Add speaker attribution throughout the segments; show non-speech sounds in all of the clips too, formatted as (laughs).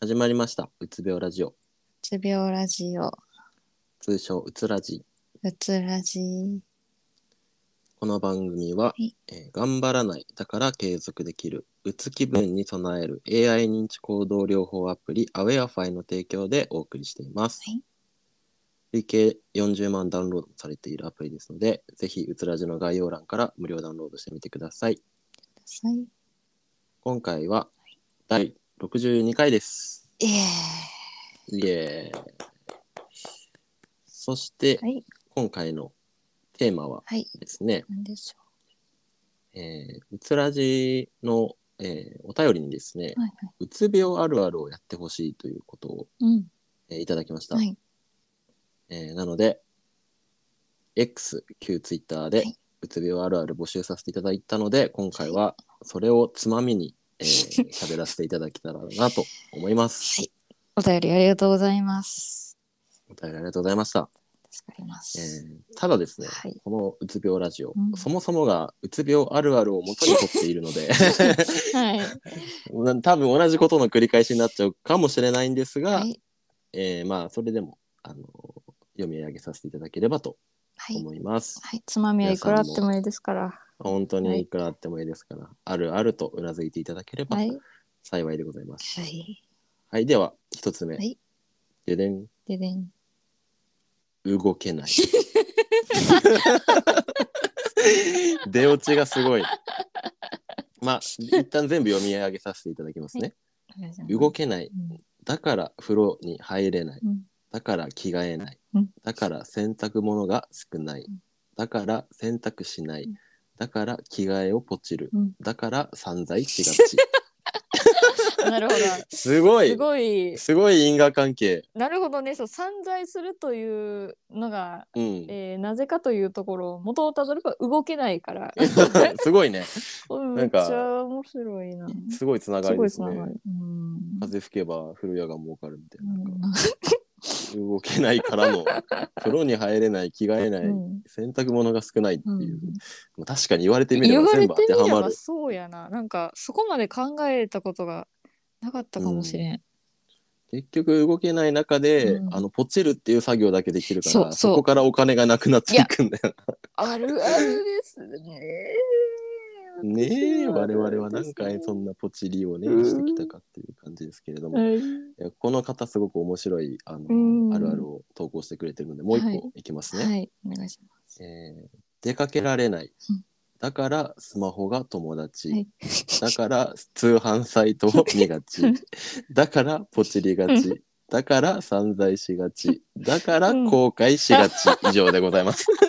Speaker 1: 始まりました。うつ病ラジオ。
Speaker 2: つ病ラジオ、
Speaker 1: 通称うつラジ。
Speaker 2: うつラジ。
Speaker 1: この番組は、
Speaker 2: い
Speaker 1: えー頑張らない、だから継続できる、うつ気分に備える AI 認知行動療法アプリ、アウェアファイの提供でお送りしています。
Speaker 2: はい
Speaker 1: 累計40万ダウンロードされているアプリですので、ぜひうつラジの概要欄から無料ダウンロードしてみてください。
Speaker 2: はい。
Speaker 1: 今回は第62回です。
Speaker 2: ええ
Speaker 1: イエーイ。そして、
Speaker 2: はい。
Speaker 1: 今回のテーマは
Speaker 2: はい。
Speaker 1: ですね、
Speaker 2: なんでしょ
Speaker 1: えーうつらじの、えーお便りにですね、
Speaker 2: う。はいはい。
Speaker 1: うつ病あるあるをやってほしいということを、
Speaker 2: うん。
Speaker 1: えーいただきました。
Speaker 2: はい。
Speaker 1: えーなので、X、旧 Twitter で、
Speaker 2: はいう
Speaker 1: つ病あるある募集させていただいたので、今回はそれをつまみに、え
Speaker 2: (laughs)
Speaker 1: ー喋らせていただけたらなと思います。
Speaker 2: はい。お便りありがとうございます。
Speaker 1: お便りありがとうございました。
Speaker 2: 助かりま
Speaker 1: え
Speaker 2: す。
Speaker 1: ーただですね、
Speaker 2: はい。
Speaker 1: このうつ病ラジオ、
Speaker 2: うん
Speaker 1: そもそもがうつ病あるあるを元にとっているので
Speaker 2: (laughs) はい。
Speaker 1: な多分同じことの繰り返しになっちゃうかもしれないんですが、
Speaker 2: はい。
Speaker 1: えーまあそれでもあの読み上げさせていただければと
Speaker 2: はい。
Speaker 1: 思います。
Speaker 2: はい。つまみはいくらあってもいいですから。
Speaker 1: 本当
Speaker 2: はい
Speaker 1: にいくらあってもいいですから、あるあるとうなずいていただければ
Speaker 2: はい。
Speaker 1: 幸いでございます。
Speaker 2: はい。
Speaker 1: はい、では一つ目、
Speaker 2: はい
Speaker 1: ででん
Speaker 2: ででん。
Speaker 1: 動けない。出落ちがすごい。まあ一旦全部読み上げさせていただきますね。動
Speaker 2: き。
Speaker 1: けない。
Speaker 2: うん
Speaker 1: だから風呂に入れない。
Speaker 2: うん
Speaker 1: だから着替えない
Speaker 2: うん。
Speaker 1: だから洗濯物が少ない
Speaker 2: うん。
Speaker 1: だから洗濯しな
Speaker 2: う
Speaker 1: い
Speaker 2: ん。
Speaker 1: だから着替えをポチる
Speaker 2: うん。
Speaker 1: だから散財しが
Speaker 2: (laughs)
Speaker 1: ち。
Speaker 2: なるほど。
Speaker 1: すご
Speaker 2: す
Speaker 1: い
Speaker 2: ごい。
Speaker 1: すごい因果関係。
Speaker 2: なるほどね。そう、散財するというのが
Speaker 1: うん。
Speaker 2: えーなぜかというところ元をたどれば動けないから
Speaker 1: (laughs) すごい
Speaker 2: (laughs)
Speaker 1: ね。な
Speaker 2: め
Speaker 1: ん
Speaker 2: っち
Speaker 1: か
Speaker 2: ゃ面白いな。
Speaker 1: すごいつなが
Speaker 2: す
Speaker 1: り
Speaker 2: ご
Speaker 1: で
Speaker 2: い
Speaker 1: す
Speaker 2: つな
Speaker 1: ね
Speaker 2: が。る。うん
Speaker 1: 風吹けば古屋が儲かるみたいな。なんか
Speaker 2: うん
Speaker 1: 動けないから
Speaker 2: (laughs)
Speaker 1: の風呂に入れない着替えない、
Speaker 2: うん
Speaker 1: 洗濯物が少ないっていう、
Speaker 2: うん
Speaker 1: まあ確かに言われてみれ
Speaker 2: 言
Speaker 1: ば
Speaker 2: わ
Speaker 1: 全
Speaker 2: れ
Speaker 1: 部
Speaker 2: て
Speaker 1: 当ては
Speaker 2: みれ
Speaker 1: ま
Speaker 2: ば
Speaker 1: る
Speaker 2: そうやな。なんかそこまで考えたことがなかったかもしれん。
Speaker 1: 結局動けない中で、
Speaker 2: うん
Speaker 1: あのポチるっていう作業だけできるから
Speaker 2: そ
Speaker 1: そう
Speaker 2: そう
Speaker 1: こからお金がなくなっていくんだよ
Speaker 2: あるあるですね。
Speaker 1: (laughs) ねえ我々は何回そ
Speaker 2: の、
Speaker 1: んなポチりをね、
Speaker 2: うん
Speaker 1: してきたかっていう感じですけれども、
Speaker 2: はい
Speaker 1: いやこの方すごく面白いあの、
Speaker 2: うん
Speaker 1: あるあるを投稿してくれてるのでもう一
Speaker 2: はい
Speaker 1: 個いきますね、
Speaker 2: はい、お願いします。
Speaker 1: えー出かけられない、
Speaker 2: うん
Speaker 1: だからスマホが友達、
Speaker 2: はい
Speaker 1: だから通販サイト
Speaker 2: (laughs)
Speaker 1: を見がちだからポチりがちだから散財しがちだから後悔しがち、以上でございます
Speaker 2: (laughs)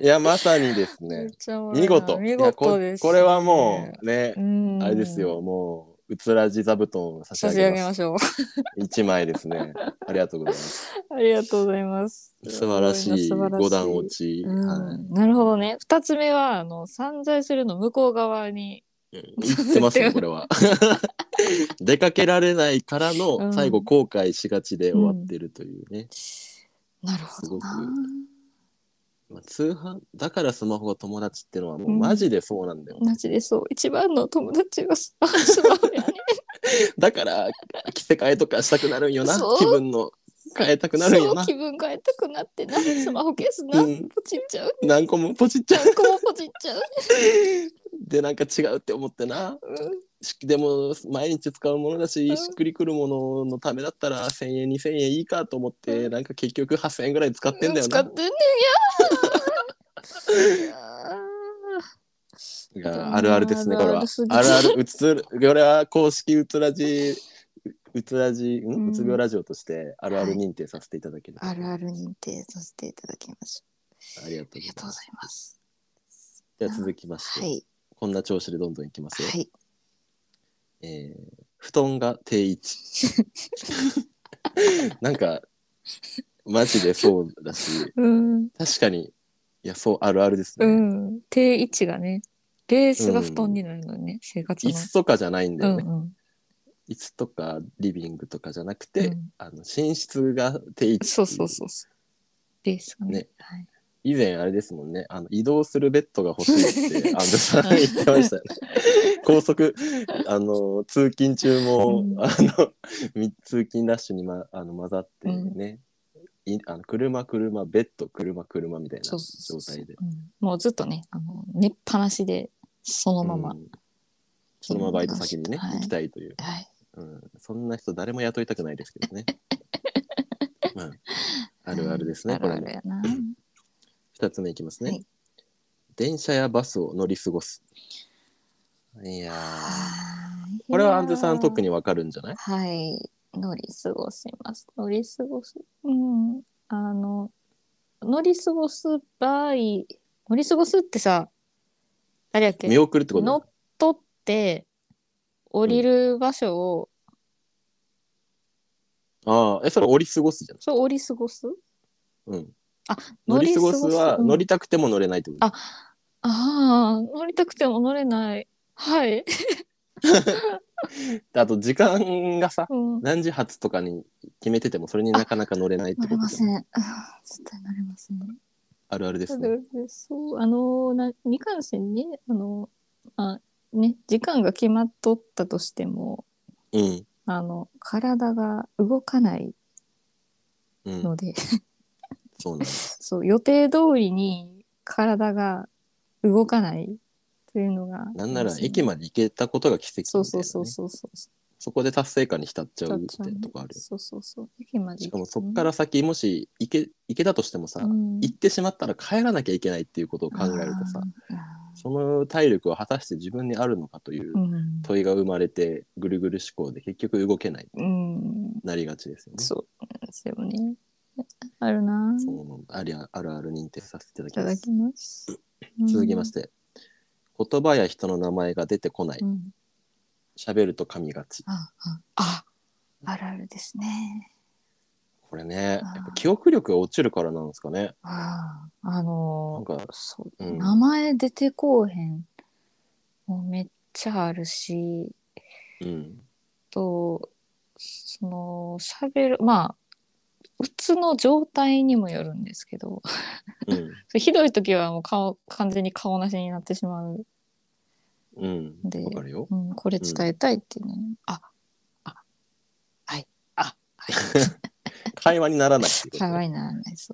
Speaker 1: いやまさにです
Speaker 2: め
Speaker 1: ね
Speaker 2: っちゃおもろい
Speaker 1: 見
Speaker 2: な
Speaker 1: 事
Speaker 2: 見
Speaker 1: いやこ
Speaker 2: 事です、
Speaker 1: これはもうね、
Speaker 2: うん、
Speaker 1: あれですよもううつらじ座布団を差し
Speaker 2: 差し上
Speaker 1: 上
Speaker 2: げ
Speaker 1: げま
Speaker 2: ますしょう。
Speaker 1: 一枚ですねありがとうございます
Speaker 2: (laughs) ありがとうございます。
Speaker 1: 素晴らしい
Speaker 2: 素晴ら
Speaker 1: 五段落ち、
Speaker 2: うん
Speaker 1: はい
Speaker 2: なるほどね。二つ目はあの散財するの向こう側に。
Speaker 1: 言ってますねこれは (laughs) 出かけられないからの最後
Speaker 2: うん
Speaker 1: 後悔しがちで終わってるというね、
Speaker 2: なるほどな。
Speaker 1: まあ、通販だからスマホが友達ってのはもううんマジでそうなんだよ、
Speaker 2: 同じでそう一番の友達がスマホやね。
Speaker 1: だから着せ替えとかしたくなるんよな
Speaker 2: そう
Speaker 1: 気分の変えたくなるんよ
Speaker 2: そう
Speaker 1: な
Speaker 2: 気分変えたくなってなスマホケースな、
Speaker 1: うん
Speaker 2: ポチっちゃう。
Speaker 1: 何個もポチっち
Speaker 2: ちゃ
Speaker 1: ゃうん
Speaker 2: こもポチっちゃう。
Speaker 1: でなんか違うって思ってな
Speaker 2: うん
Speaker 1: しでも毎日使うものだし、
Speaker 2: うん
Speaker 1: しっくりくるもののためだったら1,000円2,000円いいかと思って、
Speaker 2: うん
Speaker 1: なんか結局8,000円ぐらい使ってんだよ
Speaker 2: 使
Speaker 1: な、
Speaker 2: ってんねんや
Speaker 1: いやあるあるですねこれは
Speaker 2: あるあるすぎる
Speaker 1: あるあるうつるこれは公式うつらじうつらじ
Speaker 2: うんん
Speaker 1: うつ病ラジオとしてあるある認定させていただける、
Speaker 2: ーあるある認定させていただきましょ
Speaker 1: ありがとうご
Speaker 2: う。あ
Speaker 1: ざ
Speaker 2: り
Speaker 1: い
Speaker 2: がと
Speaker 1: ま
Speaker 2: うご
Speaker 1: す
Speaker 2: ざいます。
Speaker 1: では続きまして、
Speaker 2: はい
Speaker 1: こんな調子でどんどんいきますよ、
Speaker 2: はい。
Speaker 1: えー布団が定位
Speaker 2: (laughs)
Speaker 1: 置なんかマジでそうだし
Speaker 2: うん。
Speaker 1: 確かにいやそうあるあるですね、
Speaker 2: うん、定位置がね、ベースが布団になるのね、生活
Speaker 1: 椅
Speaker 2: の。
Speaker 1: 子とかじゃないんだ
Speaker 2: う
Speaker 1: よ
Speaker 2: ん
Speaker 1: ね、
Speaker 2: うん
Speaker 1: 椅子とかリビングとかじゃなくて、
Speaker 2: うん
Speaker 1: あの寝室が定位置
Speaker 2: そうそうそうそう。ベースがね
Speaker 1: ね
Speaker 2: はい。
Speaker 1: 以前あれですもんねあの移動するベッドが欲しいって
Speaker 2: (laughs)
Speaker 1: 安藤さん言ってましたよね (laughs) 高速あの通勤中も、
Speaker 2: うん
Speaker 1: あのみ通勤ラッシュに、ま、あの混ざってね、いあの車車ベッド車車みたいな
Speaker 2: そうそ
Speaker 1: 状
Speaker 2: うそう
Speaker 1: 態で
Speaker 2: うんもうずっとねあの寝っぱなしでそのまま、
Speaker 1: うんそのままバイト先にね、
Speaker 2: はい
Speaker 1: 行きたいという、
Speaker 2: はい
Speaker 1: うん、そんな人誰も雇いたくないですけど
Speaker 2: (laughs)
Speaker 1: ね、うん、あるあるですね、
Speaker 2: はい
Speaker 1: これも
Speaker 2: あるあるやな
Speaker 1: 2つ目いきますね、
Speaker 2: はい
Speaker 1: 電車やバスを乗り過ごすいやー
Speaker 2: はい
Speaker 1: これはアンズさん特にわかるんじゃない
Speaker 2: はい乗り過ごします乗り過ごすうんあの乗り過ごす場合乗り過ごすってさ誰やっけ
Speaker 1: 見送るってこと
Speaker 2: 乗っ取って降りる場所を、
Speaker 1: ああえそれ降り過ごすじゃん、
Speaker 2: そう降り過ごす
Speaker 1: うん、
Speaker 2: あ
Speaker 1: 乗り過ごすは
Speaker 2: うん
Speaker 1: 乗りたくても乗れないってこと
Speaker 2: ああー乗りたくても乗れないはい、
Speaker 1: あと時間がさ
Speaker 2: うん、
Speaker 1: 何時発とかに決めててもそれになかなか乗れないって
Speaker 2: 乗
Speaker 1: こ
Speaker 2: れ
Speaker 1: と
Speaker 2: ま
Speaker 1: あ
Speaker 2: せ
Speaker 1: (laughs)
Speaker 2: んうん絶対乗れません
Speaker 1: あるあるです
Speaker 2: そう
Speaker 1: ね
Speaker 2: そうあのな二貫線にあのあね時間が決まっとったとしても
Speaker 1: うん
Speaker 2: あの体が動かない
Speaker 1: うん
Speaker 2: ので、
Speaker 1: そうなんだ
Speaker 2: そう予定通りに体が動かないというのが
Speaker 1: なんなら駅まで行けたことが奇跡みたい
Speaker 2: そ
Speaker 1: な
Speaker 2: う
Speaker 1: ね
Speaker 2: そうそうそうそう
Speaker 1: そこで達成感に浸っちゃうってとこあるよ
Speaker 2: そうそうそう駅まで
Speaker 1: し
Speaker 2: 行
Speaker 1: かもそっ
Speaker 2: っ
Speaker 1: か
Speaker 2: から
Speaker 1: 先もし行け行けたとしてもさ、
Speaker 2: うん
Speaker 1: 行ってしまったら帰らなきゃいけないっていうことを考えるとさ
Speaker 2: あー
Speaker 1: その体力は果たして自分にあるのかという
Speaker 2: うん
Speaker 1: 問いが生まれてぐるぐる思考で結局動けない
Speaker 2: うん
Speaker 1: なりがちですよね。
Speaker 2: そうなんですよねあるなぁ
Speaker 1: そうなんだありゃあるある認定させてい
Speaker 2: い
Speaker 1: た
Speaker 2: た
Speaker 1: だきま
Speaker 2: だ
Speaker 1: す
Speaker 2: き。ます、
Speaker 1: 続きましてて言葉や人の名前が出てこない
Speaker 2: うん
Speaker 1: 喋ると噛みがち
Speaker 2: ああああるあるですね。
Speaker 1: これね
Speaker 2: あー
Speaker 1: やっぱ記憶力が落ちるからなんですかね
Speaker 2: あああ
Speaker 1: なん
Speaker 2: の
Speaker 1: か
Speaker 2: ーそう、
Speaker 1: うん
Speaker 2: 名前出てこうへんもうめっちゃあるし
Speaker 1: うん
Speaker 2: とその喋るまあうつの状態にもよるんですけど
Speaker 1: うん
Speaker 2: ひどい時はもう顔完全に顔なしになってしま
Speaker 1: う
Speaker 2: う、
Speaker 1: ん
Speaker 2: で
Speaker 1: わかるよ
Speaker 2: うん、これ伝えたいっていうのに、ああはいあ
Speaker 1: 会話にならないっていうこと
Speaker 2: 会話にならないそ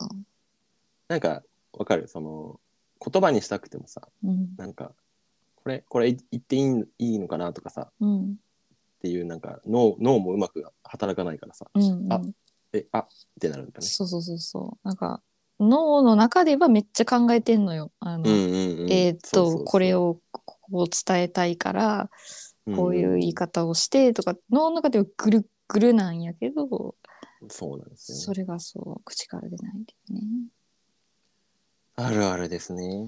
Speaker 1: なんかわかるその言葉にしたくてもさ
Speaker 2: ううん
Speaker 1: なんかこれこれい言っていいんいいのかなとかさ
Speaker 2: うん
Speaker 1: っていうなんか脳脳もうまく働かないからさ
Speaker 2: うん、
Speaker 1: あ
Speaker 2: うん
Speaker 1: えあってなるんだね
Speaker 2: そうそうそうそうなんか脳の中ではめっちゃ考えてんのよ。あの
Speaker 1: うんうんうん
Speaker 2: えーっとこれ
Speaker 1: を
Speaker 2: をここう伝えたいからこういう言い方をしてとか、脳の中ではぐるっぐるなんやけど
Speaker 1: そうなんですよね
Speaker 2: それがそう口から出ないっていうね。
Speaker 1: あるあるですね。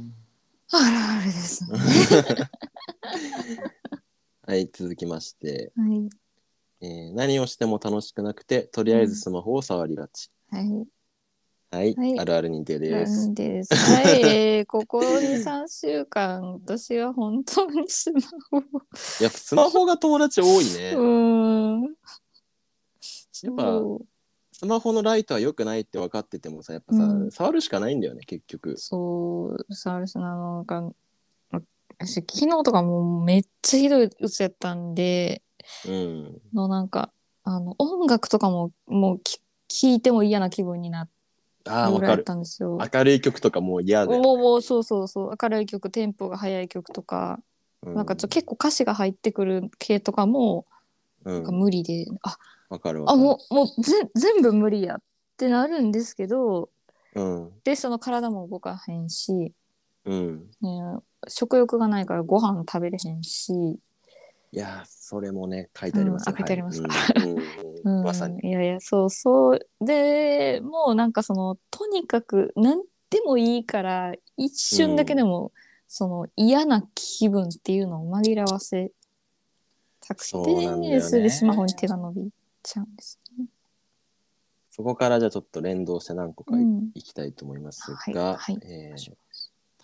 Speaker 2: あらあれですね。
Speaker 1: はい、続きまして、
Speaker 2: はい
Speaker 1: えー何をしても楽しくなくて、とりあえずスマホを触りがち。
Speaker 2: はい。
Speaker 1: はい、
Speaker 2: はい
Speaker 1: あるある認定で
Speaker 2: な
Speaker 1: す。
Speaker 2: んです。はい、えーここに三週間私は本当にス (laughs) マホ
Speaker 1: や
Speaker 2: を。
Speaker 1: っぱスマホが友達多いね。
Speaker 2: うーん。
Speaker 1: やっぱ
Speaker 2: そう
Speaker 1: スマホのライトは良くないって分かっててもさ、やっぱさ、
Speaker 2: うん
Speaker 1: 触るしかないんだよね、結局。
Speaker 2: そう、サウルスなのが、私、昨日とかもうめっちゃひどい鬱やったんで、
Speaker 1: うん。
Speaker 2: のなんか、あの、音楽とかも、もうき聞いても嫌な気分になっ
Speaker 1: ああ、
Speaker 2: た
Speaker 1: 分
Speaker 2: ぐらい
Speaker 1: か
Speaker 2: だっ
Speaker 1: る。
Speaker 2: たんですよ。
Speaker 1: 明るい曲とかもう嫌で。
Speaker 2: もう、もう、そうそうそう、明るい曲、テンポが速い曲とか、
Speaker 1: う
Speaker 2: なんかちょ結構歌詞が入ってくる系とかも、
Speaker 1: うん
Speaker 2: なんか無理で、あ、
Speaker 1: 分かるわ。
Speaker 2: あ、もう、もうぜ全部無理やってなるんですけど、
Speaker 1: う。うん。
Speaker 2: で、その体も動かへんし、
Speaker 1: うん。
Speaker 2: ね、食欲がないからご飯食べれへんし、
Speaker 1: いやー、それもね、書いてありますよ
Speaker 2: うんあ書いてありますか
Speaker 1: はいうんう
Speaker 2: うんん
Speaker 1: まさに。
Speaker 2: いやいやそうそうでもうなんかそのとにかく何でもいいから一瞬だけでも、その嫌な気分っていうのを紛らわせたくて
Speaker 1: そうなんだよね
Speaker 2: それでスマホに手が伸びちゃうんですね。
Speaker 1: そこからじゃあちょっと連動して何個かい
Speaker 2: うん
Speaker 1: いきたいと思いますが、
Speaker 2: はいはい
Speaker 1: えー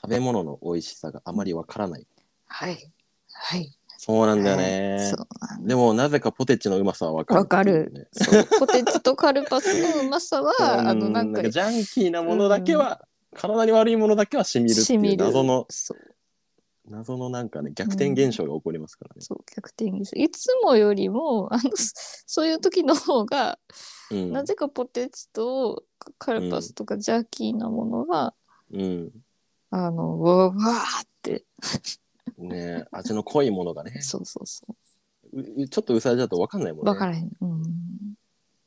Speaker 1: 食べ物の美味しさがあまりわからない。
Speaker 2: はいはい。
Speaker 1: そうなんだよ
Speaker 2: はい
Speaker 1: ね
Speaker 2: そ。うなん
Speaker 1: でもなぜかポテチのうまさはわかるっていうね、 (laughs)
Speaker 2: そうポテチとカルパスのうまさはあのなんか
Speaker 1: ジャンキーなものだけは体に悪いものだけは染みるって
Speaker 2: 染
Speaker 1: い
Speaker 2: み
Speaker 1: う
Speaker 2: る
Speaker 1: 謎の
Speaker 2: そう
Speaker 1: 謎のなんかね逆転現象が起こりますからね。
Speaker 2: そう逆転現象いつもよりもあのそういう時の方が、
Speaker 1: うん
Speaker 2: なぜかポテチとカルパスとかジャーキーなものが、
Speaker 1: うん
Speaker 2: あのわわーって
Speaker 1: ねえ味の濃いものがね
Speaker 2: そうそうそう
Speaker 1: うちょっと薄味だと分かんないもんね。
Speaker 2: 分からへん、うん、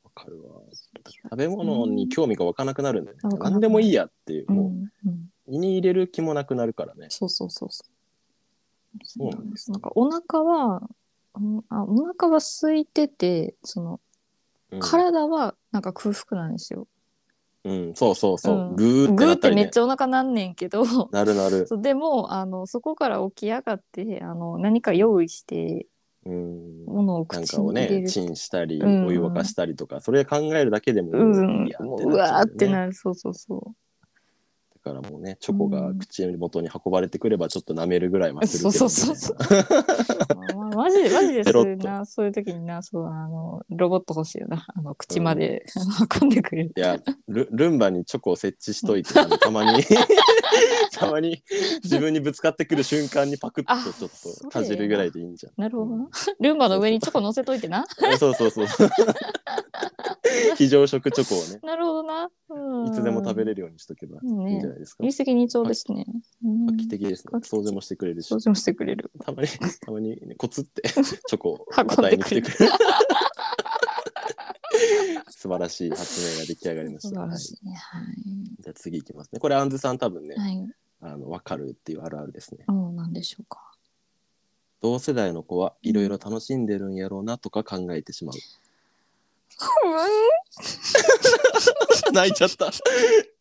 Speaker 1: わかるわ食べ物に興味が湧かなくなるんだよね。
Speaker 2: うん湧かなくなる
Speaker 1: 何でもいいやっていう、
Speaker 2: うん
Speaker 1: も
Speaker 2: うん、
Speaker 1: う胃に入れる気もなくなるからね。
Speaker 2: そうそうそうそう
Speaker 1: そうなんです
Speaker 2: なんかお腹はうんあお腹は空いててその
Speaker 1: うん、
Speaker 2: 体はなんか空腹なんですよ、
Speaker 1: うん、そうそうそう、
Speaker 2: うん
Speaker 1: グーって
Speaker 2: グー
Speaker 1: な
Speaker 2: っ
Speaker 1: った
Speaker 2: て
Speaker 1: り
Speaker 2: めっ
Speaker 1: ね。
Speaker 2: ちゃお腹なんねんけど、 (laughs)
Speaker 1: なるなる。
Speaker 2: そうでもあのそこから起き上がってあの何か用意して (laughs)
Speaker 1: うん。
Speaker 2: ものを
Speaker 1: なん
Speaker 2: 口
Speaker 1: か
Speaker 2: に
Speaker 1: を
Speaker 2: 入れ
Speaker 1: ね
Speaker 2: る、
Speaker 1: チンしたり、
Speaker 2: うん
Speaker 1: お湯沸かしたりとかそれ考えるだけでも
Speaker 2: うん
Speaker 1: いや
Speaker 2: も
Speaker 1: っ
Speaker 2: う
Speaker 1: て
Speaker 2: う
Speaker 1: な
Speaker 2: わー
Speaker 1: っ
Speaker 2: っ
Speaker 1: ちゃ
Speaker 2: て
Speaker 1: うよね
Speaker 2: なるそうそうそ
Speaker 1: だからもうねチョコが口元に運ばれてくればちょっと舐めるぐらいはするけど、ね、
Speaker 2: そうそうそう (laughs) う、まあ、マジでマジで
Speaker 1: ペロ
Speaker 2: そ
Speaker 1: ッ
Speaker 2: ういう
Speaker 1: と
Speaker 2: なそういう時になそうあのロボット欲しいよなあの口まで、 (laughs) 運んでくれる
Speaker 1: いやルルンバにチョコを設置しといてあのたま
Speaker 2: (laughs)
Speaker 1: にたまに自分にぶつかってくる瞬間にパクッ
Speaker 2: あ
Speaker 1: とちょっとかじるぐらいでいいんじゃん。
Speaker 2: なるほどなルンバの上にチョコ乗せといてな
Speaker 1: えそうそうそう。
Speaker 2: (laughs)
Speaker 1: 非常食チョコをね、
Speaker 2: なるほどな、うん、
Speaker 1: いつでも食べ
Speaker 2: る
Speaker 1: れるようにしとけばいいん
Speaker 2: ね
Speaker 1: じゃないですか。
Speaker 2: 有責任帳ですね、うん
Speaker 1: 画期的ですね。
Speaker 2: 画期的
Speaker 1: 掃除もしてくれるし
Speaker 2: 掃、除もしてくれる
Speaker 1: たまに、たまに、ね、コツって
Speaker 2: (laughs)
Speaker 1: チョコを
Speaker 2: 運んでく
Speaker 1: 与えに来て
Speaker 2: れる (laughs)
Speaker 1: くれる。素晴らしい発明が出来上がりまし
Speaker 2: 素
Speaker 1: た。
Speaker 2: 晴ら
Speaker 1: はい
Speaker 2: しいね
Speaker 1: じゃあ次いきますね。これ、アンズさん多分ね、
Speaker 2: はい、はい、
Speaker 1: あの分かるっていうあるあるですね。
Speaker 2: どうなんでしょうか
Speaker 1: 同世代の子はいろいろ楽しんでるんやろうなとか考えてしまう。
Speaker 2: (laughs)
Speaker 1: 泣いちゃった。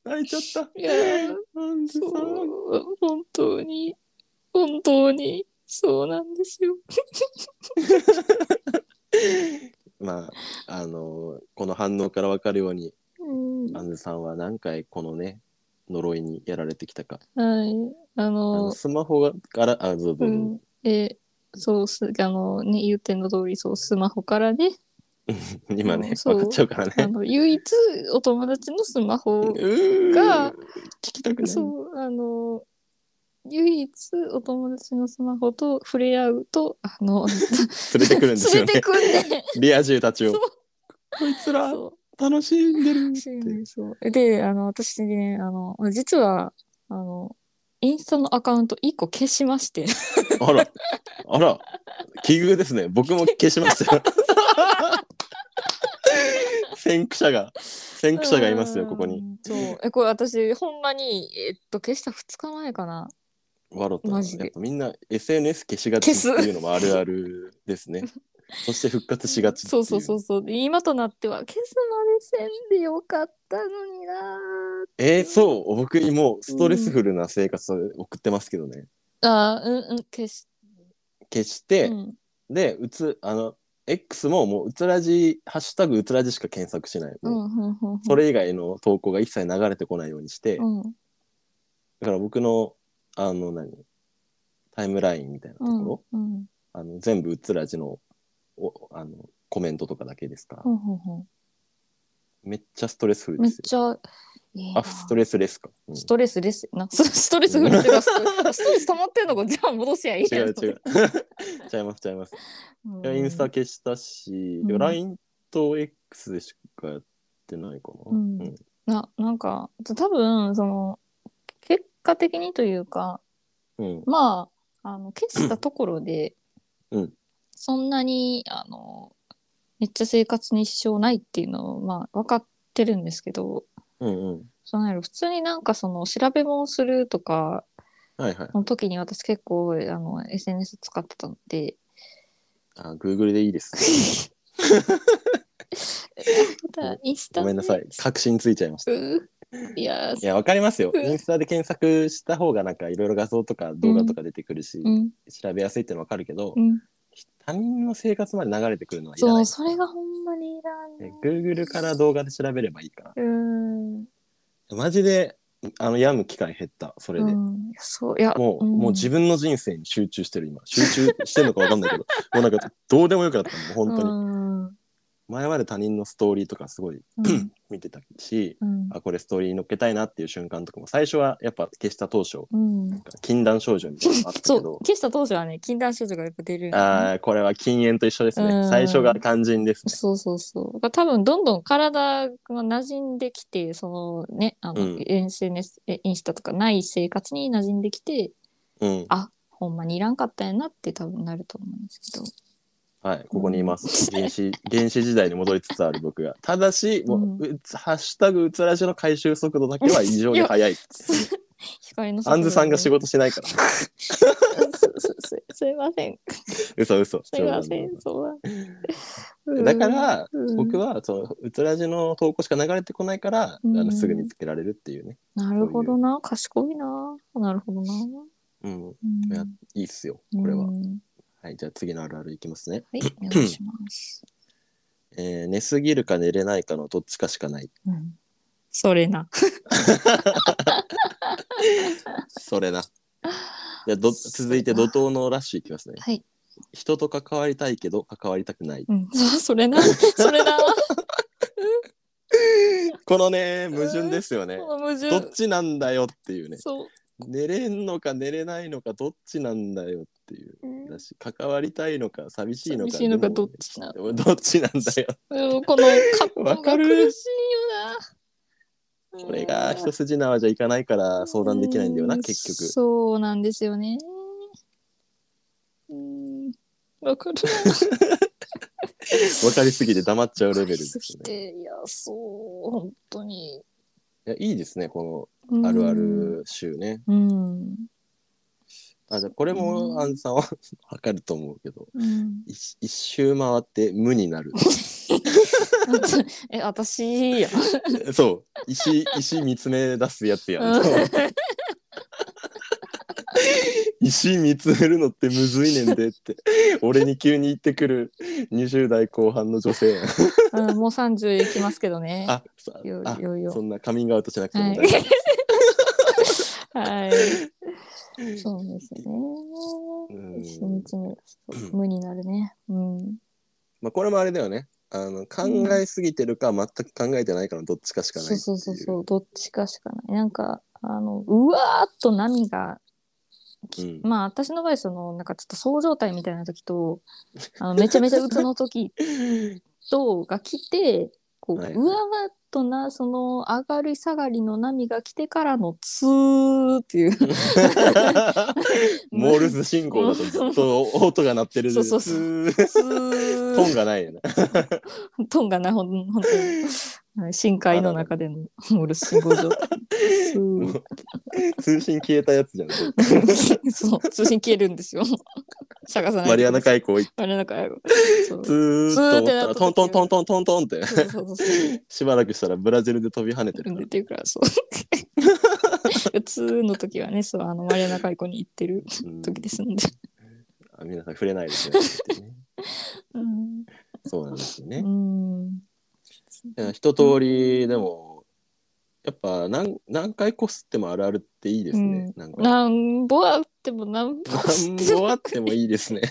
Speaker 1: (laughs) 泣いちゃった。
Speaker 2: いやー
Speaker 1: アンズさん。
Speaker 2: そう (laughs) 本当に本当にそうなんですよ。
Speaker 1: まあ、あのこの反応から分かるように、
Speaker 2: うん、
Speaker 1: ア
Speaker 2: は
Speaker 1: ンズさんは何回このね、呪いにやられてきたか。
Speaker 2: いあ
Speaker 1: あの
Speaker 2: の
Speaker 1: スマホから、あ、どうぞ
Speaker 2: う
Speaker 1: どうぞ
Speaker 2: んえそうすあのね言ってんの通りそうスマホからね
Speaker 1: 今ね、
Speaker 2: そう
Speaker 1: 分かっちゃうから
Speaker 2: あ
Speaker 1: ね。
Speaker 2: の唯一お友達のスマ
Speaker 1: う
Speaker 2: ホ
Speaker 1: ーん
Speaker 2: が
Speaker 1: 聞きたくない。
Speaker 2: そうあの唯一お友達のスマホと触れ合うとあの
Speaker 1: 連れてくるんですよ
Speaker 2: 連れて
Speaker 1: ね。
Speaker 2: くんね
Speaker 1: リア充たちを
Speaker 2: そう。
Speaker 1: こいつら
Speaker 2: そう
Speaker 1: 楽しんでる
Speaker 2: そうなんですよで、あの、私ね、あの、実は、あの、インスタのアカウント1個消しま
Speaker 1: (laughs)
Speaker 2: して、
Speaker 1: あら、あら、奇遇ですね。僕も消しま
Speaker 2: (laughs)
Speaker 1: したよ。先駆者が、先駆者がいますよ、ここに。
Speaker 2: うん。そう。え、これ私、ほんまに、えっと、消した2日前かな。
Speaker 1: わろと。
Speaker 2: マジで
Speaker 1: やっぱみんな SNS 消しがちっていうのもあるあるですね。そして復活しがちってい。
Speaker 2: そうそうそううそう。で今となっては、消すまでせんでよかったのにな
Speaker 1: えー、そう、僕もうストレスフルな生活を送ってますけどね。
Speaker 2: あーうんうん、消し。
Speaker 1: 消してて、
Speaker 2: うん
Speaker 1: で、うつ、あの、X ももううつらじ、ハッシュタグうつらじしか検索しない。
Speaker 2: う、
Speaker 1: もうん
Speaker 2: うん、うん。
Speaker 1: それ以外の投稿が一切流れてこないようにして、
Speaker 2: うん、
Speaker 1: だから僕の、あの何、タイムラインみたいなと
Speaker 2: う
Speaker 1: こ
Speaker 2: ん、
Speaker 1: ろ、
Speaker 2: うん、
Speaker 1: あの全部うっつらじのおあのコメントとかだけですか、
Speaker 2: ほんほんほん
Speaker 1: めっちゃストレスフル
Speaker 2: め
Speaker 1: で
Speaker 2: っ
Speaker 1: すよ。
Speaker 2: ちゃ、いいな
Speaker 1: あ、ストレスレスか。うん
Speaker 2: ストレスです。なスストレスフルっていうか、ストストレス溜まってんのか、 (laughs) じゃあ戻せやいい
Speaker 1: 違
Speaker 2: やん
Speaker 1: う違う。 (laughs) ちゃいますちゃいます。
Speaker 2: うん
Speaker 1: いやインスタ消したし、
Speaker 2: うん
Speaker 1: LINE と X でしかやってないかな。
Speaker 2: うんななんか多分その結果的にというか
Speaker 1: うん。
Speaker 2: まああの消したところで、
Speaker 1: うん
Speaker 2: そんなにあのめっちゃ生活に支障ないっていうのをまあ分かってるんですけど
Speaker 1: うんうん。
Speaker 2: その普通になんかその調べ物するとか
Speaker 1: はいはい。
Speaker 2: の時に私結構あの SNS 使ってたの
Speaker 1: (laughs)
Speaker 2: で
Speaker 1: あ、Google でいい
Speaker 2: (laughs)
Speaker 1: です。
Speaker 2: インスタ
Speaker 1: ごめんなさい。確信ついちゃいました。
Speaker 2: うーいやー
Speaker 1: いや、わかりますよ。
Speaker 2: うん
Speaker 1: インスタで検索した方がなんかいろいろ画像とか動画とか出てくるし、
Speaker 2: うん
Speaker 1: 調べやすいってのはわかるけど、
Speaker 2: うん
Speaker 1: 他人の生活まで流れてくるのはいらな
Speaker 2: そ。
Speaker 1: いう
Speaker 2: それがほんまにいらん
Speaker 1: え
Speaker 2: ね
Speaker 1: Google から動画で調べればいいか
Speaker 2: うん
Speaker 1: ら。マジで、あの、病む機会減った、それで。
Speaker 2: うん、いやそういや
Speaker 1: もう、
Speaker 2: ん
Speaker 1: もう自分の人生に集
Speaker 2: (laughs)
Speaker 1: 中してる、今。集中してるのかわかんないけど、もうなんか、どうでもよくなった、もう本当に。
Speaker 2: うん
Speaker 1: 前まで他人のストーリーとかすごい
Speaker 2: うん
Speaker 1: 見てたし、
Speaker 2: うん
Speaker 1: あこれストーリーに乗っけたいなっていう瞬間とかも最初はやっぱ消した当初
Speaker 2: うん
Speaker 1: 禁断症状みたいなのがあった
Speaker 2: そ
Speaker 1: け
Speaker 2: う
Speaker 1: ど
Speaker 2: 消した当初はね禁断症状がやっぱ出るんだよね
Speaker 1: あーこれは禁煙と一緒です
Speaker 2: う
Speaker 1: ね
Speaker 2: ん
Speaker 1: 最初が肝心ですね
Speaker 2: そうそうそう。だから多分どんどん体が馴染んできて、そのね、あの、
Speaker 1: うん
Speaker 2: SNS、えインスタとかない生活に馴染んできて、
Speaker 1: うん
Speaker 2: あほんまにいらんかったんやなって多分なると思うんですけど。 (laughs)
Speaker 1: はいここにいます (laughs) 原始原始時代に戻りつつある僕がただしもう,
Speaker 2: うん
Speaker 1: う、ハッシュタグうつらじの回収速度だけは異常に速い
Speaker 2: 光の
Speaker 1: アンズさんが仕事しないから (laughs)
Speaker 2: 事。す (laughs) すすすいません。
Speaker 1: 嘘嘘
Speaker 2: すいません。そうな
Speaker 1: (laughs) だ
Speaker 2: ん
Speaker 1: から、
Speaker 2: うん
Speaker 1: 僕はそううつらじの投稿しか流れてこないから、
Speaker 2: うん
Speaker 1: あのすぐ見つけられるっていうね、
Speaker 2: なるほどな。賢いな。なるほどな。
Speaker 1: うん、
Speaker 2: うん
Speaker 1: いやいいっすよこれは、
Speaker 2: うん
Speaker 1: はいじゃあ次のあるあるいきますね、
Speaker 2: はい、お願いします。
Speaker 1: えー寝すぎるか寝れないかのどっちかしかない
Speaker 2: うん、それな。
Speaker 1: それなじゃあど続いて怒涛のラッシュいきますね
Speaker 2: はい。
Speaker 1: 人と関わりたいけど関わりたくない
Speaker 2: うん、 (laughs) そうそれな。そ
Speaker 1: (laughs)
Speaker 2: れな。
Speaker 1: このね矛盾ですよね
Speaker 2: この矛盾
Speaker 1: どっちなんだよっていうね
Speaker 2: そう、
Speaker 1: 寝れんのか寝れないのかどっちなんだよっていうだし関わりたいのか寂しいのか
Speaker 2: 寂しいのか
Speaker 1: でも
Speaker 2: どっちな
Speaker 1: どっちなんだよ
Speaker 2: うんこのカップが
Speaker 1: わかる
Speaker 2: 苦しいよな
Speaker 1: これが一筋縄じゃいかないから相談できないんだよな
Speaker 2: う
Speaker 1: 結局
Speaker 2: そうなんですよねうんわかる
Speaker 1: 分かりすぎて黙っちゃうレベルで
Speaker 2: ですす
Speaker 1: ね
Speaker 2: ねいやそう本当に
Speaker 1: いやいいですねこ
Speaker 2: う
Speaker 1: の
Speaker 2: ん
Speaker 1: あるある集ね
Speaker 2: うん、
Speaker 1: あじゃあこれ
Speaker 2: うん
Speaker 1: もアンさんは (laughs) わかると思うけど (laughs)
Speaker 2: うん、
Speaker 1: 一一周回って無になる
Speaker 2: え私や
Speaker 1: (laughs) そう石石見つめ出すやつや
Speaker 2: う
Speaker 1: ん
Speaker 2: ん
Speaker 1: (laughs) 石見つめるのってむずいねんでって俺に急に言ってくる20代後半の女性
Speaker 2: (laughs)
Speaker 1: やん
Speaker 2: うんもう30いきますけどね
Speaker 1: あさ
Speaker 2: よ
Speaker 1: あ
Speaker 2: よよ
Speaker 1: そんなカミングアウトしなくて
Speaker 2: は
Speaker 1: も大
Speaker 2: い
Speaker 1: 丈夫、
Speaker 2: (laughs) はい。そうですね。
Speaker 1: うん
Speaker 2: 一日目無になるね。うん。
Speaker 1: まあ、これもあれだよねあの考えすぎてるか全く考えてないかのどっちかしかないって
Speaker 2: そ
Speaker 1: いう
Speaker 2: そうそう
Speaker 1: (laughs)
Speaker 2: そう。どっちかしかない。なんかあのうわーっと波が。き
Speaker 1: うん
Speaker 2: まあ私の場合そのなんかちょっとそう状態みたいな時とあのめちゃめちゃ鬱の時とが来てこう、
Speaker 1: はいう
Speaker 2: わーっとなその上がり下がりの波が来てからのツーっていう
Speaker 1: モールス信号だとずっと音が鳴ってる
Speaker 2: そうそうそう
Speaker 1: ツー
Speaker 2: ツー
Speaker 1: トンがないよね
Speaker 2: (laughs) トンがな、ほん、ほんとに。はい深海の中でのモールス信号状態。す
Speaker 1: も (laughs)
Speaker 2: ー
Speaker 1: う通信消えたやつじゃない
Speaker 2: そう、通信消えるんですよ。探さないと。
Speaker 1: マリアナ海溝行っ
Speaker 2: マリアナ海溝。そう
Speaker 1: ツーと思ったらト
Speaker 2: ツーってなった時
Speaker 1: ントントントントントンって
Speaker 2: そうそうそう
Speaker 1: (laughs)
Speaker 2: そう。
Speaker 1: しばらくしたらブラジルで飛び跳ねてる
Speaker 2: 出てるから、そう。普通の時はね、そう、あの、マリアナ海溝に行ってる
Speaker 1: うん
Speaker 2: 時ですんで。
Speaker 1: あ皆さん触れない (laughs) ですねってね
Speaker 2: うん。
Speaker 1: そうなんですよね
Speaker 2: うん。
Speaker 1: いや一通りでもやっぱ何何回こすってもあるあるっていいですね、なんか
Speaker 2: なんぼあってもなんぼあって
Speaker 1: 何
Speaker 2: も
Speaker 1: 度あってもいいですね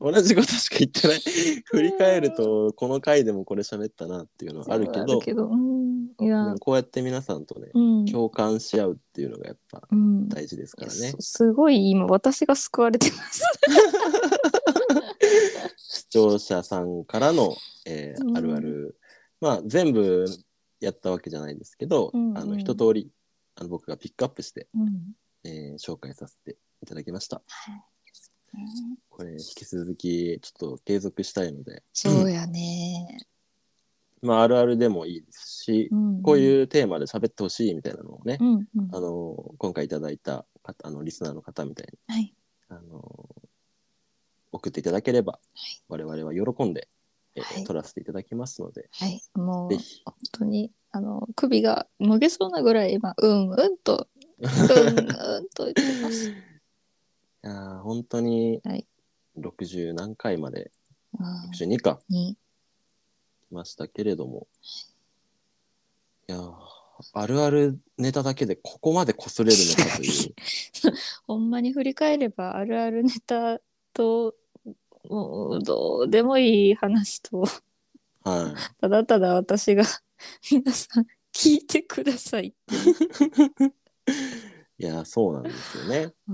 Speaker 1: 同じことしか言ってない振り返るとこの回でもこれ喋ったなっていうのはあるけど
Speaker 2: うん。い
Speaker 1: で
Speaker 2: や
Speaker 1: も、こうやって皆さんとね
Speaker 2: うん。
Speaker 1: 共感し合うっていうのがやっぱ
Speaker 2: うん。
Speaker 1: 大事ですから
Speaker 2: いや
Speaker 1: ね
Speaker 2: すすごい今私が救われて
Speaker 1: (laughs)
Speaker 2: ます。
Speaker 1: 視聴者さんからの、えー
Speaker 2: うん
Speaker 1: あるあるまあ全部やったわけじゃないですけど、
Speaker 2: うんうん
Speaker 1: あの一通りあの僕がピックアップして
Speaker 2: うん
Speaker 1: えー紹介させていただきました。これ引き続きちょっと継続したいので、
Speaker 2: そうやね。
Speaker 1: まあ、あるあるでもいいですし、こう
Speaker 2: う
Speaker 1: いうテーマで喋ってほしいみたいなのをね、
Speaker 2: ん、うんうん
Speaker 1: あの今回いただいた方あのリスナーの方みたいに
Speaker 2: はい、
Speaker 1: あの送っていただければ、我々は喜んで、えー
Speaker 2: はい
Speaker 1: 撮らせていただきますので、
Speaker 2: はい、もう
Speaker 1: ぜ
Speaker 2: 本
Speaker 1: ひ
Speaker 2: 当にあの首がもげそうなぐらい今うんうんとうんうんと言ってます。
Speaker 1: (laughs) いやー本当に
Speaker 2: はい
Speaker 1: 60何回まで
Speaker 2: うん
Speaker 1: 62か
Speaker 2: に
Speaker 1: 来ましたけれども、いやーあるあるネタだけでここまで擦れるのかという。
Speaker 2: (laughs) ほんまに振り返ればあるあるネタともうどうでもいい話と
Speaker 1: は
Speaker 2: ただただ私が (laughs) 皆さん聞いてください。
Speaker 1: い。いや、そうなんですよね。
Speaker 2: う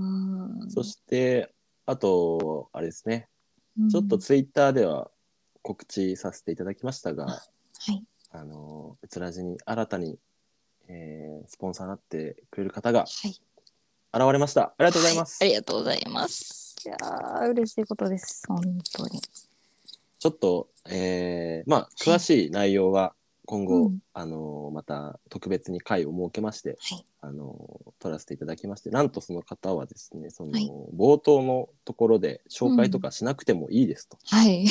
Speaker 2: ん
Speaker 1: そして、あと、あれですね。
Speaker 2: うん
Speaker 1: ちょっとツイッターでは告知させていただきましたが、
Speaker 2: はい
Speaker 1: あの、うつらじに新たに、えースポンサーになってくれる方が
Speaker 2: はい
Speaker 1: 現れました。ありがとうございます。
Speaker 2: はありがとうございます。いやー嬉しいことです本当に。
Speaker 1: ちょっと、えーまあ、詳しい内容は今後、
Speaker 2: うん
Speaker 1: あの、また特別に会を設けまして、
Speaker 2: はい
Speaker 1: あの、取らせていただきまして、なんとその方はですね、その、
Speaker 2: はい
Speaker 1: 冒頭のところで紹介とかしなくてもいいですと。
Speaker 2: はい。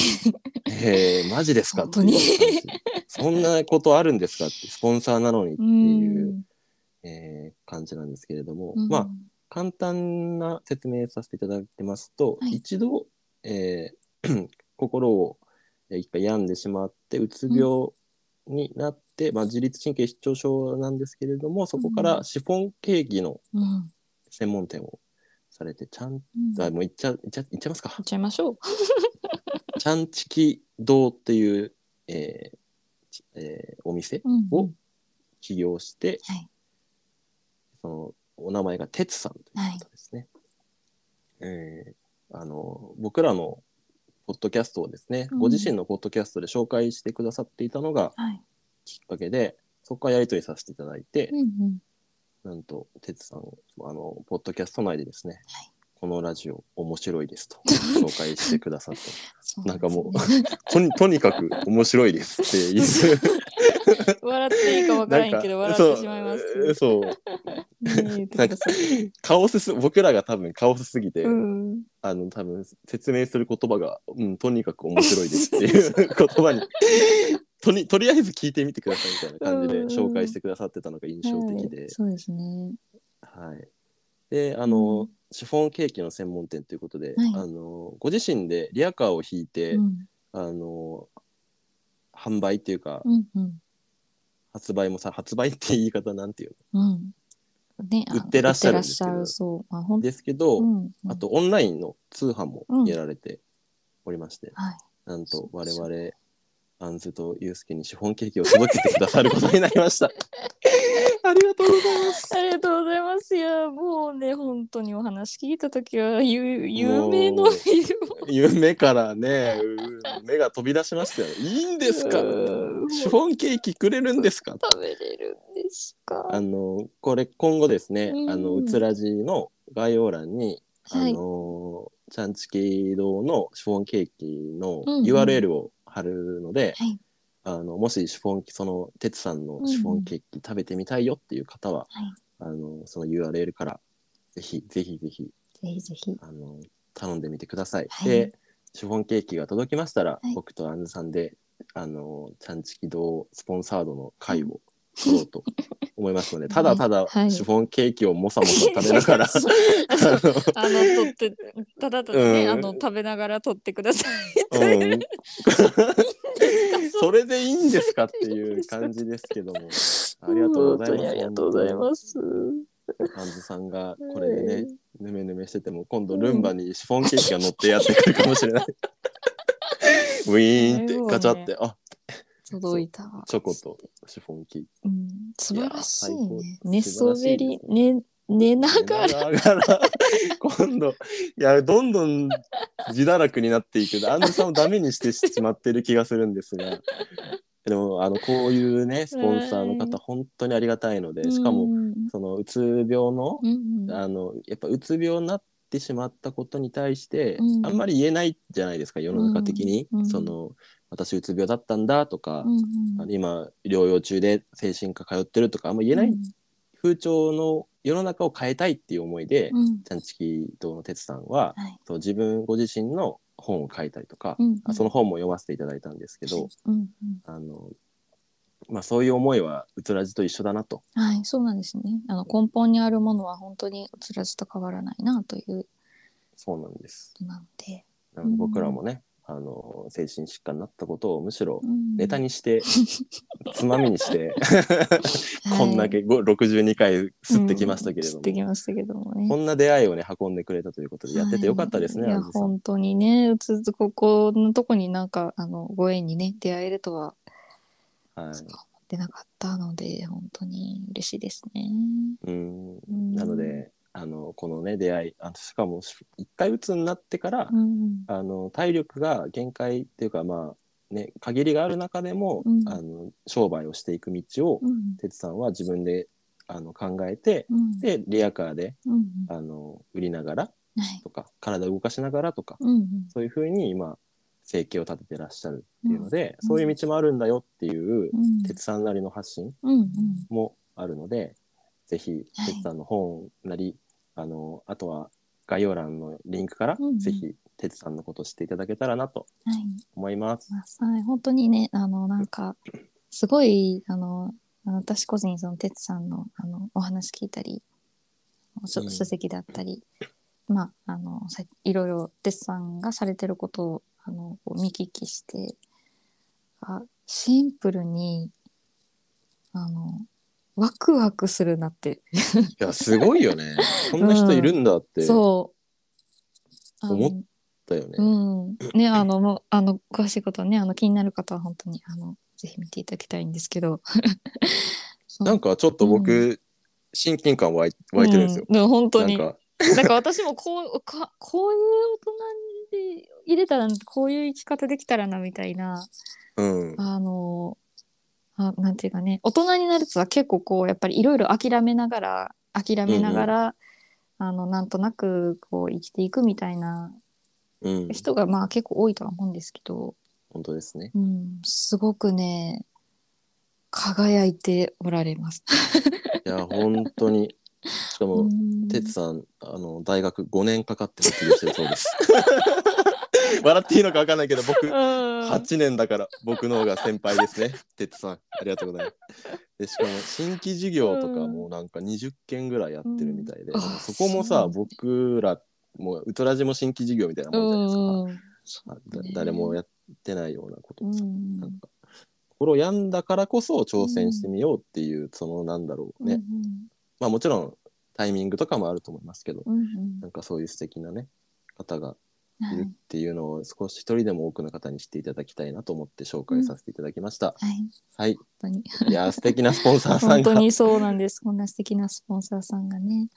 Speaker 1: えーマジですか
Speaker 2: (laughs) 本当に
Speaker 1: っていう感じそんなことあるんですかってスポンサーなのにっていう、えー感じなんですけれども、
Speaker 2: うん
Speaker 1: まあ簡単な説明させていただきますと、
Speaker 2: はい
Speaker 1: 一度、えー (clears throat) 心をえー一回病んでしまってうつ病になって、まあ、自律神経失調症なんですけれどもそこか
Speaker 2: う
Speaker 1: らシフォンケーキの
Speaker 2: うんうん
Speaker 1: 専門店をされてちゃん
Speaker 2: うん
Speaker 1: あもういっちゃいっちゃいっちゃいますか (laughs)
Speaker 2: 行っちゃいましょう。
Speaker 1: ちゃんちき堂っていう、えーちえーお店
Speaker 2: うん
Speaker 1: を起業して、
Speaker 2: はい
Speaker 1: そのお名前が哲さんという方ですね。えーあの僕らのポッドキャストをですね、
Speaker 2: うん
Speaker 1: ご自身のポッドキャストで紹介してくださっていたのが
Speaker 2: はい。
Speaker 1: きっかけで、そこからやり取りさせていただいて
Speaker 2: う、んうん
Speaker 1: なんと哲さんあのポッドキャスト内でですね、
Speaker 2: はい
Speaker 1: このラジオ面白いです
Speaker 2: (laughs)
Speaker 1: と紹介してくださって
Speaker 2: そ
Speaker 1: なんかもう
Speaker 2: ですね
Speaker 1: とにと (laughs) にかく面白いですっていう
Speaker 2: (laughs) 笑っていいかわからん
Speaker 1: なんか
Speaker 2: けど笑ってしまいます。
Speaker 1: そうそう
Speaker 2: ねえ言ってください
Speaker 1: カオスす僕らが多分カオスすぎて、
Speaker 2: うん。
Speaker 1: あの多分説明する言葉が、うん、とにかく面白いですっていう
Speaker 2: (laughs)
Speaker 1: 言葉にとにとりあえず聞いてみてくださいみたいな感じで
Speaker 2: うん
Speaker 1: 紹介してくださってたのが印象的
Speaker 2: は
Speaker 1: で
Speaker 2: い、そうですね。
Speaker 1: はいであの、
Speaker 2: うん
Speaker 1: シフォンケーキの専門店ということで、
Speaker 2: はい
Speaker 1: あのご自身でリアカーを引いて、
Speaker 2: うん
Speaker 1: あの販売っていうか、
Speaker 2: うんうん
Speaker 1: 発売もさ発売って言い方なんていう
Speaker 2: うん。ね、あの
Speaker 1: 売ってらっしゃるんですけど
Speaker 2: 売ってらっしゃるそう、まあ、本
Speaker 1: んですけど、
Speaker 2: うんうん
Speaker 1: あとオンラインの通販も
Speaker 2: うん
Speaker 1: やられておりまして、
Speaker 2: はい。
Speaker 1: なんと
Speaker 2: そう
Speaker 1: 我
Speaker 2: そう
Speaker 1: 々アンズとユースケにシフォンケーキを届けてくださることになり
Speaker 2: (laughs)
Speaker 1: ましたありがとうございます
Speaker 2: ありがとうございます。いや、もうね、本当にお話聞いたときは、ゆ有名のビルを
Speaker 1: 夢からねうん目が飛び出しましたよいいんですか
Speaker 2: うん
Speaker 1: シフォンケーキくれるんですか
Speaker 2: 食べれるんです
Speaker 1: あ
Speaker 2: か。
Speaker 1: のこれ今後ですね、
Speaker 2: うん
Speaker 1: あのうつらじの概要欄に、
Speaker 2: はい
Speaker 1: あのちゃんちき堂のシフォンケーキの
Speaker 2: うんうん
Speaker 1: URL を貼るので、
Speaker 2: はい
Speaker 1: あのもしシフォンそのてつさんのシフォンケーキ食べてみたいよっていう方は、
Speaker 2: はい
Speaker 1: あのその URL からぜひぜひぜひ
Speaker 2: ぜひぜひ。
Speaker 1: あの頼んでみてください。
Speaker 2: はい
Speaker 1: でシフォンケーキが届きましたら、
Speaker 2: はい
Speaker 1: 僕とアンズさんであのちゃんちき堂スポンサードの会を取ろうと思いますので、ただただ
Speaker 2: (laughs) はい
Speaker 1: シフォンケーキをもさもさ食べなが
Speaker 2: (laughs)
Speaker 1: ら、
Speaker 2: そう
Speaker 1: あの
Speaker 2: あの、撮って、ただただね、
Speaker 1: うん
Speaker 2: あの、食べながら撮ってください。
Speaker 1: うん、
Speaker 2: そう
Speaker 1: それでいいんですかっていう感じですけども。ありがとうござい
Speaker 2: 本当
Speaker 1: ま
Speaker 2: に
Speaker 1: す。
Speaker 2: ありがとうございます。
Speaker 1: アンズさんがこれでね、ぬめぬめしてても、今度ルンバにシフォンケーキが乗ってやってくるかもしれ (laughs) ない。ウィーンってガチャって、あ、
Speaker 2: 届いたわ。
Speaker 1: チョコとシフォンケーキ。
Speaker 2: うん、素晴らしい
Speaker 1: いやー
Speaker 2: ね
Speaker 1: 最。高
Speaker 2: 寝そべり、寝、寝ながら。
Speaker 1: だから、今度、いや、どんどん自堕落になっていく。アンズさんをダメにしてしまってる気がするんですが。でも、あの、こういうね、スポンサーの方、本当にありがたいので、しか
Speaker 2: う
Speaker 1: も、
Speaker 2: ん
Speaker 1: その、うつ病の
Speaker 2: うんうん
Speaker 1: あのやっぱうつ病になってしまったことに対して、
Speaker 2: うん
Speaker 1: あんまり言えないじゃないですか世の中的に、
Speaker 2: うんうん
Speaker 1: その私うつ病だったんだとか、
Speaker 2: うん
Speaker 1: あの今療養中で精神科通ってるとかあんま言えない風潮の世の中を変えたいっていう思いで、
Speaker 2: うんうん
Speaker 1: ちゃんちき堂の哲さんは、
Speaker 2: はい
Speaker 1: そう自分ご自身の本を書いたりとか、
Speaker 2: うん
Speaker 1: あその本も読ませていただいたんですけど、
Speaker 2: うん
Speaker 1: あのまあ、そういう思いはうつらじと一緒だなと
Speaker 2: うん、はいそうなんですねあの根本にあるものは本当にうつらずと変わらないなというこ
Speaker 1: そうなんです。
Speaker 2: となので
Speaker 1: なので僕らもね、あの精神疾患になったことをむしろ
Speaker 2: うん
Speaker 1: ネタに
Speaker 2: (laughs)
Speaker 1: して、つまみにして、
Speaker 2: はい
Speaker 1: こんだけご62回吸ってきましたけれ
Speaker 2: う
Speaker 1: ど
Speaker 2: ん吸っ
Speaker 1: も、
Speaker 2: てきましたけどもね
Speaker 1: こんな出会いをね運んでくれたということでやっててよかったですね、
Speaker 2: はい、いや
Speaker 1: 安住さん
Speaker 2: 本当にねうつつここのとこになんかあのご縁にね出会えるとは
Speaker 1: はい
Speaker 2: そう思ってなかったので本当に嬉しいですね。
Speaker 1: うん
Speaker 2: うん
Speaker 1: なの、であのこのね出会いあしかもし一回鬱になってから、
Speaker 2: うん、
Speaker 1: あの体力が限界っていうかまあね限りがある中でも、
Speaker 2: うん
Speaker 1: あの商売をしていく道を
Speaker 2: うん
Speaker 1: 哲、さんは自分であの考えて
Speaker 2: うん、
Speaker 1: でレアカーで
Speaker 2: うん、
Speaker 1: あの売りながら
Speaker 2: はい、
Speaker 1: とか体を動かしながらとか
Speaker 2: うんうん、
Speaker 1: そういうふうに今生計を立ててらっしゃるっていうので、
Speaker 2: うん
Speaker 1: そういう道もあるんだよっていう
Speaker 2: うん、
Speaker 1: 哲さんなりの発信
Speaker 2: うん、うん、
Speaker 1: もあるのでぜひ
Speaker 2: はい
Speaker 1: 哲さんの本なり、あのあとは概要欄のリンクから、
Speaker 2: うん
Speaker 1: ぜひ哲さんのことを知っていただけたらなと
Speaker 2: はい、
Speaker 1: 思います。
Speaker 2: まあ、はい、本当にね、あの、なんか、すごい、あの、あの私個人、その、てつさんの、あの、お話聞いたり、書
Speaker 1: うん
Speaker 2: 書籍だったり、まあ、あの、さいろいろ、てつさんがされてることを、あの、こう見聞きして、あ、シンプルに、あの、ワクワクするなって、
Speaker 1: いやすごいよ
Speaker 2: (laughs)
Speaker 1: ねそんな人いるんだって思っ
Speaker 2: そう。あの
Speaker 1: 思たよね。
Speaker 2: うん、
Speaker 1: (laughs)
Speaker 2: ねあのもうあの詳しいことねあの気になる方は本当にあのぜひ見ていただきたいんですけどうん
Speaker 1: なんかちょっと僕、
Speaker 2: う
Speaker 1: 親近感湧い湧いてるんですよ。
Speaker 2: う本当に
Speaker 1: な
Speaker 2: なんん
Speaker 1: か
Speaker 2: か私もこうかこういう大人で入れたらこういう生き方できたらなみたいな
Speaker 1: うん
Speaker 2: あのあなんていうかね大人になるとは結構こうやっぱりいろいろ諦めながら諦めながら、あのなんとなくこう生きていくみたいな
Speaker 1: うん
Speaker 2: 人がまあ結構多いとは思うんですけど。
Speaker 1: 本当ですね。
Speaker 2: うん、すごくね輝いておられます。
Speaker 1: いや本当にしかも、
Speaker 2: うん
Speaker 1: てつさんあの大学5年かかって卒業してるそうです (laughs) 笑っていいのか分かんないけど僕
Speaker 2: うん
Speaker 1: 8年だから僕の方が先輩ですね (laughs) てつさんありがとうございますでしかも新規事業とか
Speaker 2: うん
Speaker 1: もうなんか20件ぐらいやってるみたいで、
Speaker 2: うんあ
Speaker 1: そこもさ
Speaker 2: そう
Speaker 1: 僕らもうウトラジも新規事業みたいな
Speaker 2: う
Speaker 1: もんじゃないですか、
Speaker 2: んそう
Speaker 1: だ
Speaker 2: ね
Speaker 1: 誰もやってないようなこと
Speaker 2: う
Speaker 1: をさ、
Speaker 2: ん
Speaker 1: なんか心病んだからこそ挑戦してみようっていう、そのなんだろうね、まあもちろんタイミングとかもあると思いますけど
Speaker 2: うんうん
Speaker 1: なんかそういう素敵なね方が
Speaker 2: うんはい
Speaker 1: るっ
Speaker 2: い
Speaker 1: ていうのを少し一人でも多くの方に知っていただきたいなと思って紹介させていただきました、
Speaker 2: はい
Speaker 1: はい
Speaker 2: 本当に
Speaker 1: いやー素敵なスポンサーさん
Speaker 2: 本当
Speaker 1: が、
Speaker 2: (laughs) にそうなんです。こんな素敵なスポンサーさんがね。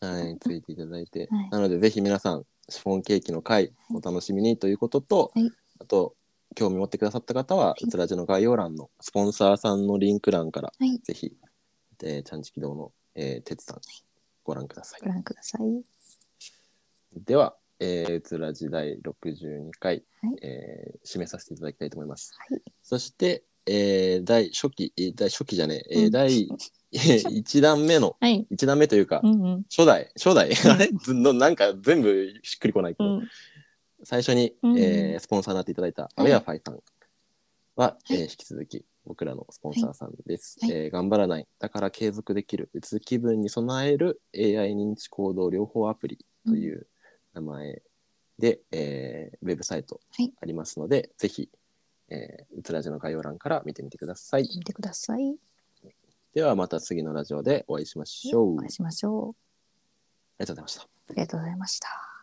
Speaker 1: はい、ついていただいて、
Speaker 2: はい
Speaker 1: なのでぜひ皆さんシフォンケーキの会お楽しみにということと、
Speaker 2: はい
Speaker 1: あと興味持ってくださった方は、うつらじの概要欄のスポンサーさんのリンク欄から、
Speaker 2: はい
Speaker 1: ぜひ、えー、ちゃんちき堂の、えー、てつさん、ご覧ください
Speaker 2: ご。覧ください。
Speaker 1: では、えー、うつら時代62回、
Speaker 2: はい
Speaker 1: えー締めさせていただきたいと思います。
Speaker 2: はい
Speaker 1: そして、えー第初期、えー第初期じゃねえ、えー
Speaker 2: うん
Speaker 1: 第1段目の、
Speaker 2: はい。
Speaker 1: 1段目というか、
Speaker 2: うんうん
Speaker 1: 初代、初代、 (laughs)
Speaker 2: ん
Speaker 1: あれずのなんか全部しっくりこないけ
Speaker 2: う
Speaker 1: ど、
Speaker 2: ん
Speaker 1: 最初に、
Speaker 2: うん
Speaker 1: えースポンサーになっていただいた、
Speaker 2: い
Speaker 1: アウェアファイさんは、
Speaker 2: はい
Speaker 1: えー引き続き僕らのスポンサーさんです。
Speaker 2: はい
Speaker 1: えー頑張らない、だから継続できる、うつ気分に備える AI 認知行動療法アプリという名前で、えーウェブサイト
Speaker 2: はい
Speaker 1: ありますので、ぜひ、えー、うつラジの概要欄から見てみてください。
Speaker 2: 見てください。
Speaker 1: ではまた次のラジオでお会いしましょう。
Speaker 2: お
Speaker 1: あ
Speaker 2: 会
Speaker 1: り
Speaker 2: いしましょ
Speaker 1: がとうございました。
Speaker 2: う。ありがとうございました。